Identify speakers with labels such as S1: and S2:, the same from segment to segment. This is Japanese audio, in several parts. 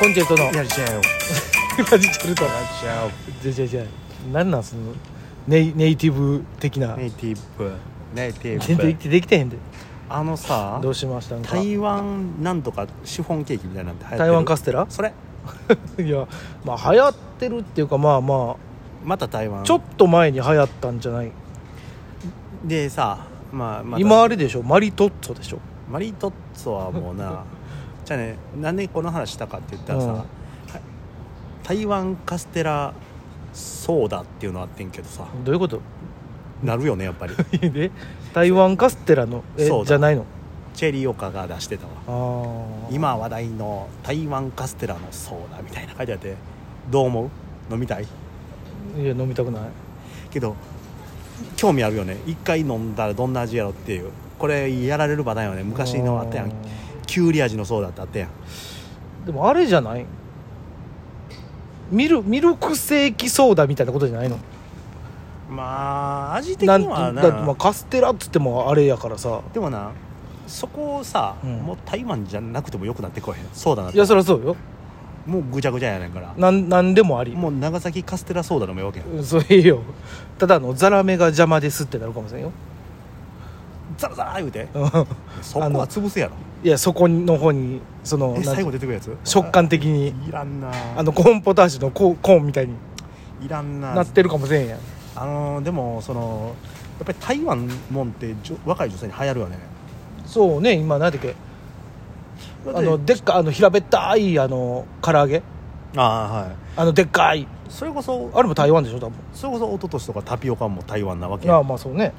S1: コンチェルトの
S2: やっちゃえよ
S1: ラジチェルト
S2: やっちゃ
S1: じゃじゃじゃなんなんそのネイネイティブ的な
S2: えネイティブネイテ
S1: 全然でき
S2: ィブ
S1: てできてへんで
S2: あのさ
S1: どうしましたんか
S2: 台湾なんとかシフォンケーキみたいなんて流行ってる
S1: 台湾カステラ
S2: それ
S1: いやまあ流行ってるっていうかまあま
S2: また台湾
S1: あちょっと前に流行ったんじゃない、
S2: でさまあまた
S1: 今あれでしょマリトッツォでしょ
S2: マリトッツォはもう なじゃあねなんでこの話したかって言ったらさ、
S1: うん
S2: は台湾カステラソーダっていうのあってんけどさ
S1: どういうこと
S2: なるよねやっぱり
S1: で台湾カステラのえ
S2: そうだ
S1: じゃないの
S2: チェリーオカが出してたわ
S1: ああ
S2: 今話題の台湾カステラのソーダみたいな書いてあってどう思う飲みたい
S1: いや飲みたくない
S2: けど興味あるよね一回飲んだらどんな味やろっていうこれやられる場だよね昔のあったやん
S1: う
S2: きゅうり味のソーダってあったやん
S1: んでもあれじゃないミルミルクセーキソーダみたいなことじゃないの
S2: まあ味的に
S1: なん
S2: はな
S1: だってまあカステラっつってもあれやからさ
S2: でもなそこをさ、
S1: うん
S2: もう台湾じゃなくてもよくなってこへんそうだない
S1: やそりゃそうよ
S2: もうぐちゃぐちゃやねんから
S1: なんなんでもあり
S2: もう長崎カステラソーダ飲めわけやん
S1: うんそういいよただあのザラメが邪魔ですってなるかもしれんよ
S2: ザラザラ言うて
S1: うん
S2: そこは潰せやろ
S1: いやそこの方にその
S2: え
S1: なん
S2: 最後出てくるやつ
S1: 食感的に
S2: いらんな
S1: あのコーンポタージュのコーンコーンみたいに
S2: いらんな
S1: なってるかもしれんやん
S2: あのーでもそのやっぱり台湾もんってじょ若い女性に流行るよね
S1: そうね今何だっけ
S2: だっ
S1: あ
S2: て
S1: のでっかあの平べったいあの唐揚げ
S2: あーはい
S1: あのでっかい
S2: それこそ
S1: あれも台湾でしょ多分
S2: それこそ一昨年とかタピオカも台湾なわけ
S1: あ
S2: や
S1: あまあそうね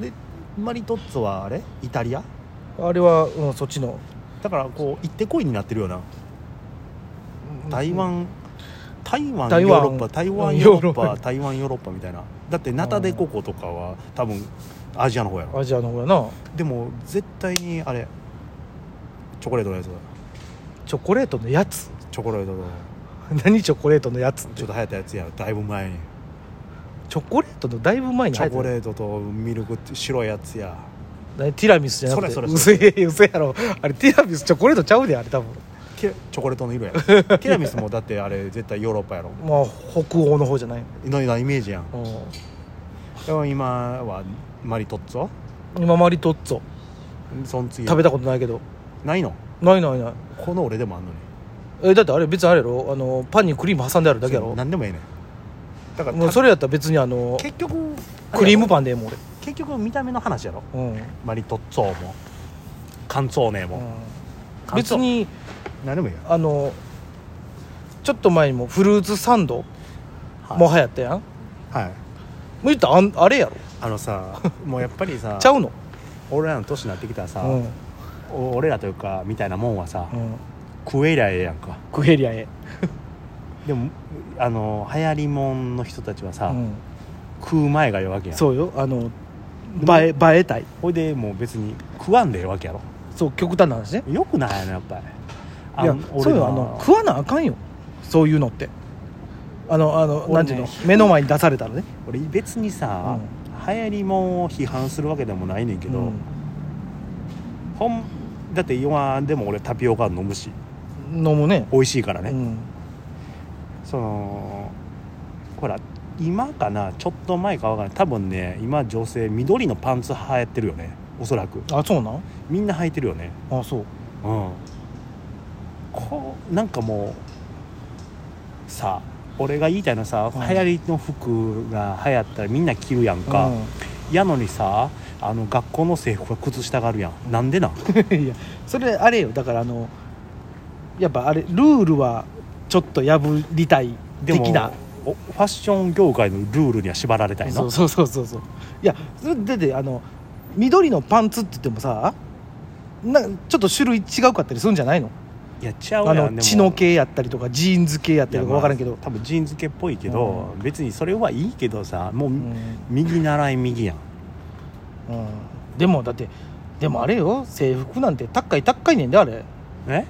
S2: でマリトッツォはあれイタリア
S1: あれは、うん、そっちの
S2: だからこう行ってこいになってるような台湾台湾
S1: 台湾
S2: ヨーロッパ台湾
S1: うん
S2: ヨ
S1: ヨー
S2: ーロッ
S1: ロッパ
S2: パ台湾ヨーロッパみたいなだってナタデココとかは多分アジアの方やろ
S1: アジアの方やな
S2: でも絶対にあれチョコレートのやつだ
S1: チョコレートのやつ
S2: チョコレートの
S1: 何チョコレートのやつって
S2: ちょっと流行ったやつやだいぶ前に
S1: チョコレートのだいぶ前に
S2: チ
S1: 入っ
S2: ョ
S1: てた
S2: コレートとミルクって白いやつや
S1: 何ティラミスじゃなくて
S2: それそれ
S1: 嘘 や嘘やろあれティラミスチョコレートちゃうであれ多分
S2: ティラチョコレートの 色やティラミスもだってあれ絶対ヨーロッパやろ
S1: まあ北欧の方じゃない
S2: のようなイメージやん
S1: う
S2: でも今はマリトッツォ
S1: ん今まりトッツォ
S2: その次は
S1: 食べたことないけど
S2: ないの
S1: ないないない
S2: この俺でもあんのに
S1: えだってあれ別にあれやろあのパンにクリーム挟んであるだけやろ
S2: 何でもええねんだから
S1: もうそれやったら別にあの
S2: 結局
S1: クリーム
S2: ン
S1: パンでええもん俺
S2: 結局見た目の話やろ
S1: うん、
S2: マリトッツォもカンツォーネ
S1: う
S2: も、
S1: ん
S2: カン
S1: 別
S2: ツォー
S1: に
S2: 何でもいいや
S1: あのちょっと前にもフルーツサンド
S2: はい
S1: も流行ったやん、も
S2: はい、
S1: う言ったらあんあれやろ
S2: あのさもうやっぱりさ
S1: ちゃうの
S2: 俺らの年になってきたらさ、
S1: うん、うん、
S2: お俺らというかみたいなもんはさ、食えりゃええやんか
S1: クエリアへ、
S2: でもあの流行りもんの人たちはさ、
S1: うん、
S2: 食う前がええわけやん
S1: そうよあの映え映えたい
S2: ほいでもう別に食わんでええわけやろ
S1: そう極端な話ね
S2: よくないやねやっぱり
S1: いや
S2: の
S1: そうよ
S2: な
S1: あの食わなあかんよそういうのってあのあの、
S2: 俺ね
S1: なんていうの目の前に出されたらね
S2: 俺別にさ、流行りもんを批判するわけでもないねんけど、
S1: うん
S2: ほんだって今でも俺タピオカ飲むし
S1: 飲むね
S2: 美味しいからね、
S1: うん
S2: そのほら今かなちょっと前かわからない多分ね今女性緑のパンツ流行ってるよねおそらく
S1: あそうなん
S2: みんな履いてるよね
S1: あそう
S2: うんこうなんかもうさ俺が言いたいのはさ、
S1: うん
S2: 流行りの服が流行ったらみんな着るやんか、やのにさあの学校の制服は靴下があるやんなん でなん
S1: うんいやそれあれよだからあのやっぱあれルールはちょっと破りたい
S2: でも
S1: 的な
S2: おファッション業界のルールには縛られたい
S1: そ
S2: の
S1: うそうそうそうそういやそれでであの緑のパンツって言ってもさなちょっと種類違うかったりするんじゃないの
S2: いやちゃうや
S1: あ
S2: ん
S1: の
S2: でも
S1: 血の系やったりとかジーンズ系やったりとか分からんけ
S2: いや
S1: ど
S2: まあ、多分ジーンズ系っぽいけど、別にそれはいいけどさもう、
S1: うん
S2: 右習い右やん
S1: うんでもだってでもあれよ制服なんて高い高いねんであれ、
S2: ね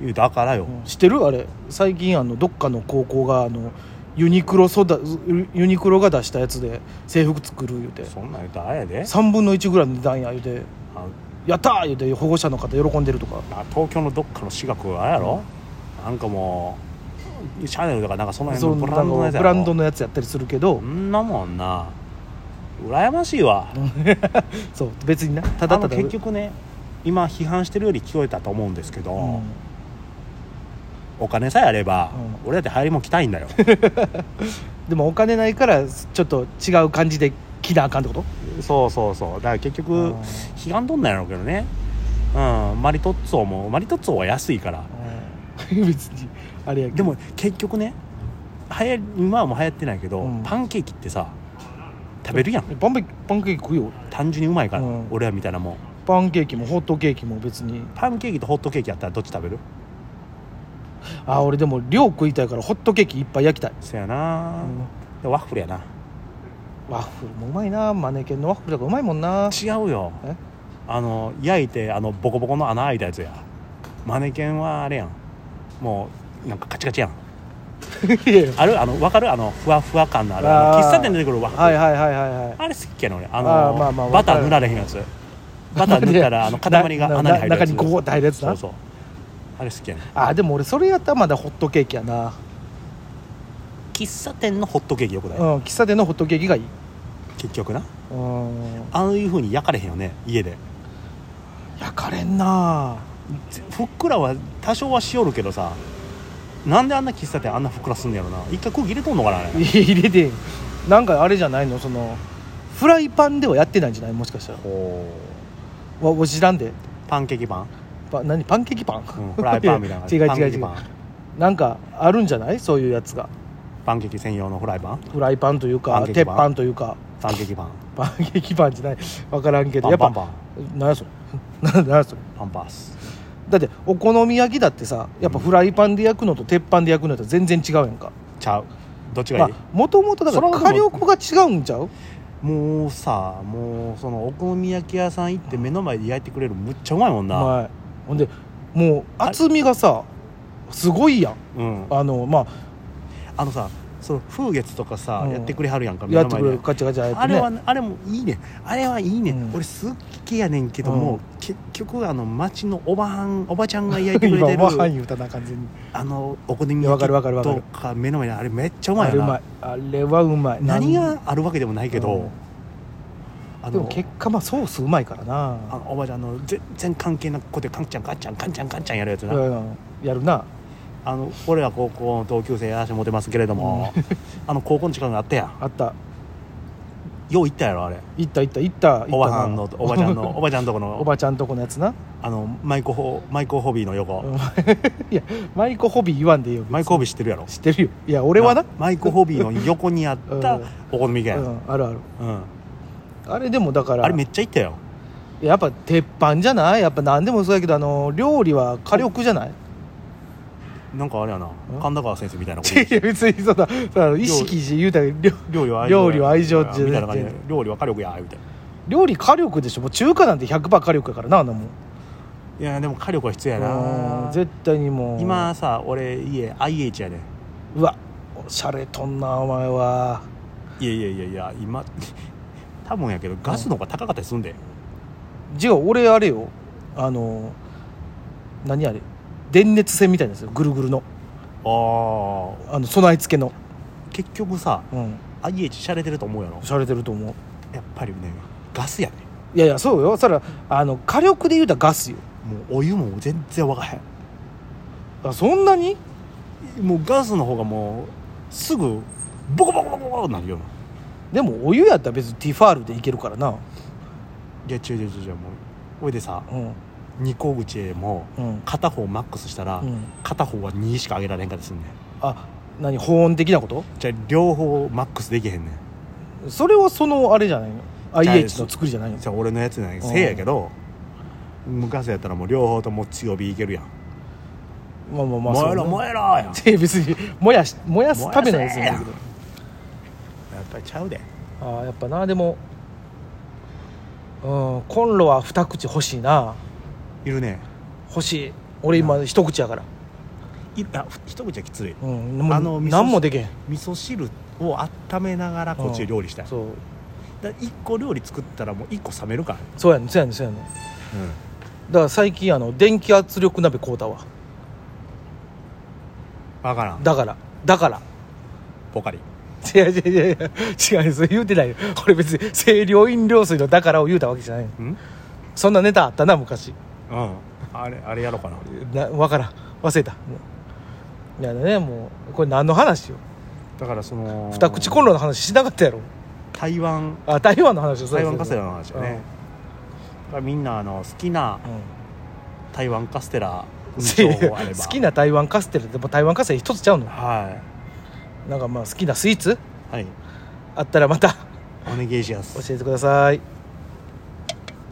S2: 言うだからよ、
S1: 知ってるあれ最近あのどっかの高校があのユニクロソダユユニクロが出したやつで制服作る言うて
S2: そんなん言うたらあれやで
S1: 3分の1ぐらいの値段や言うて
S2: あ
S1: やったー言うて保護者の方喜んでるとか
S2: まあ東京のどっかの私学はあれやろ、なんかもうシャネルとかなんかその
S1: そ
S2: 辺
S1: う
S2: のブ
S1: な
S2: ラ
S1: んか
S2: ンドのやつや
S1: ブ
S2: ろ
S1: ランドのやつやったりするけど
S2: そ、んなもんな羨ましいわ
S1: そう別になた
S2: た
S1: だただ
S2: 結局ね今批判してるより聞こえたと思うんですけど、
S1: うん
S2: お金さえあれば、
S1: う
S2: 俺だって入りも来た いんだよ
S1: でもお金ないからちょっと違う感じで着なあかんってこと
S2: そうそうそうだから結局
S1: うん
S2: 悲願どんなんやろうけどねうんマリトッツォもマリトッツォは安いから
S1: うん 別にあれやけど
S2: でも結局ねはや今はもう流行ってないけど、
S1: うん
S2: パンケーキってさ食べるやん
S1: パンケーキパンケーキ食うよ
S2: 単純にうまいから、
S1: うん
S2: 俺らみたいなもん
S1: パンケーキもホットケーキも別に
S2: パンケーキとホットケーキやったらどっち食べる
S1: あ俺でも量食いたいからホットケーキいっぱい焼きたい、
S2: そやな、
S1: うん
S2: でワッフルやな
S1: ワッフルもうまいなマネケンのワッフルとかうまいもんな
S2: 違うよ
S1: え
S2: あの焼いてあのボコボコの穴開いたやつやマネケンはあれやんもうなんかカチカチやん
S1: いやいや
S2: あるあの分かるあのふわふわ感のあるあ
S1: あー
S2: の喫茶店で出てくるワッフル、
S1: はいはいはいはいはい
S2: あれ好きやな俺あの
S1: あーまあまあ
S2: バ
S1: わか
S2: ター
S1: る
S2: 塗られへんやつバター塗ったらあの塊が穴に入るやつ
S1: な中にゴーって入るやつな
S2: そうそうあれ好きやね
S1: あでも俺それやったらまだホットケーキやな、
S2: 喫茶店のホットケーキよくない、
S1: うん、喫茶店のホットケーキがいい、
S2: 結局な
S1: うん、
S2: ああいうふうに焼かれへんよね家で
S1: 焼かれんな
S2: ふっくらは多少はしよるけどさなんであんな喫茶店あんなふっくらすんのやろな一回空気入れとんのかなあれ
S1: 入れてんなんかあれじゃないのそのフライパンではやってないんじゃないもしかしたら
S2: お
S1: わお知らんで
S2: パンケーキパン、
S1: パ何パンケーキパン、
S2: うん、フライパンみたいな
S1: 違う
S2: パンケ
S1: 違
S2: ー
S1: う違
S2: キ
S1: う
S2: パン
S1: なんかあるんじゃないそういうやつが
S2: パンケーキ専用のフライパン
S1: フライパンという
S2: パン
S1: か
S2: ケー
S1: 鉄
S2: キパン
S1: 板というか
S2: パンケーキパン
S1: パンケーキパンじゃない分からんけど
S2: パ
S1: や
S2: ン
S1: っぱ
S2: パンパン
S1: 何やそれ何やそれ
S2: パンパース
S1: だってお好み焼きだってさやっぱフライパンで焼くのと鉄板で焼くのと全然違うやんか
S2: ちゃうどっちが
S1: ま
S2: いい、
S1: あもともとだから
S2: それ
S1: 火
S2: はでも
S1: 力が違うんちゃう
S2: もうさもうそのお好み焼き屋さん行って目の前で焼いてくれるむっちゃうまいもんな、
S1: はいほんでもう厚みがさすごいやん
S2: うん、
S1: あのまあ
S2: あのさその風月とかさ、
S1: うん
S2: やってくれはるやんか目
S1: やっ
S2: の
S1: て
S2: 前
S1: くれ
S2: で
S1: るガチャガチャやってね
S2: あれはねあれもいいねんあれはいいねん、
S1: うん
S2: 俺すっげえやねんけども、
S1: うん
S2: 結局あの町のおばはんおばちゃんが焼いてくれ
S1: 今
S2: てる
S1: わはん言うたな完全に
S2: あのお好み
S1: わ
S2: 焼
S1: か
S2: き
S1: るわかるわか
S2: と
S1: る
S2: か目の前であれめっちゃうま
S1: あ
S2: い
S1: れう
S2: よ
S1: ま
S2: ない
S1: あれはうまい
S2: 何
S1: なん
S2: があるわけでもないけど、
S1: うん
S2: あ
S1: で
S2: の
S1: も結果まあソースうまいからな
S2: あのおばちゃんの全然関係なくこうやってカンちゃんカンちゃんカンちゃんカンちゃんやるやつな、
S1: うんやるな
S2: あの俺は高校の同級生やらせてもらってますけれども、あの高校の近くにあったやん
S1: あった
S2: よう行ったやろあれ
S1: 行った行った行った行った
S2: おばはんの
S1: な
S2: おばちゃんのおばちゃんとこ
S1: お
S2: の
S1: ばちゃんとこのやつな
S2: あのマイコホマイコホビーの横、
S1: うんいやマイコホビー言わんでいいよ
S2: マイコホビー知ってるやろ
S1: 知ってるよいや俺はな
S2: あマイコホビーの横にあっ
S1: う
S2: た
S1: ん
S2: お好み
S1: う
S2: 焼きや、
S1: んあるある
S2: うん
S1: あれでもだから
S2: あれめっちゃ行ったよ
S1: やっぱ鉄板じゃないやっぱ何でもそうやけどあの料理は火力じゃない
S2: なんかあれやな神田川先生みたいなこと言う
S1: いや別にそんなその意識して言うたら料
S2: 料理は
S1: 料理は愛情じゃなくて
S2: みたいな感じで料理は火力やみたいな
S1: 料理火力でしょもう中華なんて100%火力やからなあんなもん
S2: いやでも火力は必要や
S1: う
S2: なん
S1: 絶対にもう
S2: 今さ俺家 IH やね
S1: うわおしゃれとんなお前はい
S2: やいやいやいや今 多分やけどガスの方が高かったりすんで、
S1: 違う俺あれよあの何あれ電熱線みたいなやつよぐるぐるの
S2: ああ
S1: あの備え付けの
S2: 結局さ
S1: うん
S2: IH しゃれてると思うやろ
S1: しゃれてると思う
S2: やっぱりねガスやね
S1: いやいやそうよそらあの火力で言うたらガスよ
S2: もうお湯も全然わかへ
S1: あそんなに
S2: んもうガスの方がもうすぐボコボコボコボコなるような
S1: でもお湯やったら別にティファールでいけるからな、
S2: いや違う違う違う違うもうおいでさ
S1: うん
S2: 二個口へも
S1: うん
S2: 片方マックスしたら、
S1: うん、
S2: 片方は2しか上げられへんかったりすんねん
S1: あ何保温的なこと
S2: じゃあ両方マックスできへんねん
S1: それはそのあれじゃないの
S2: じゃあ
S1: IH の作りじゃないの
S2: じゃあ俺のやつなんやせいやけど昔やったらもう両方とも強火いけるやん
S1: まあまあまあ
S2: 燃
S1: そ
S2: えろ
S1: うね
S2: 燃えろやんやっ
S1: 別に燃やし燃やすためのやつじゃないけど
S2: ぱりちゃうで
S1: ああやっぱなでもうんコンロは二口欲しいない
S2: るね
S1: 欲しい俺今一口やから
S2: いあふ一口はきつい
S1: うんもう
S2: あの味噌汁
S1: 何もできへん
S2: 味噌汁を温めながらこっちで料理したい
S1: そう
S2: だ1個料理作ったらもう1個冷めるからね、
S1: そうやねんそうやねんそうやねんだから最近あの電気圧力鍋買うたわ
S2: わからん
S1: だからだから
S2: ポカリ
S1: 違う違う違う違う違うそれ言うてないよこれ別に清涼飲料水の「だから」を言うたわけじゃない
S2: んうん
S1: そんなネタあったな昔
S2: あれあれやろうかな
S1: な分からん忘れたいやねもうこれ何の話よ
S2: だからその
S1: 二口コンロの話しなかったやろ
S2: 台湾
S1: あ台湾の話よそう
S2: 台
S1: や
S2: 湾カステ
S1: そう
S2: ラ
S1: や
S2: の話だねだからみんなあの好き
S1: う
S2: な
S1: ん
S2: 台湾カステラ
S1: せ
S2: 情報あれば
S1: 好きな台湾カステラでも台湾カステラ一つちゃうの
S2: は
S1: なんかまあ好きなスイーツ
S2: いはい
S1: あったらまた
S2: お願いします
S1: 教えてください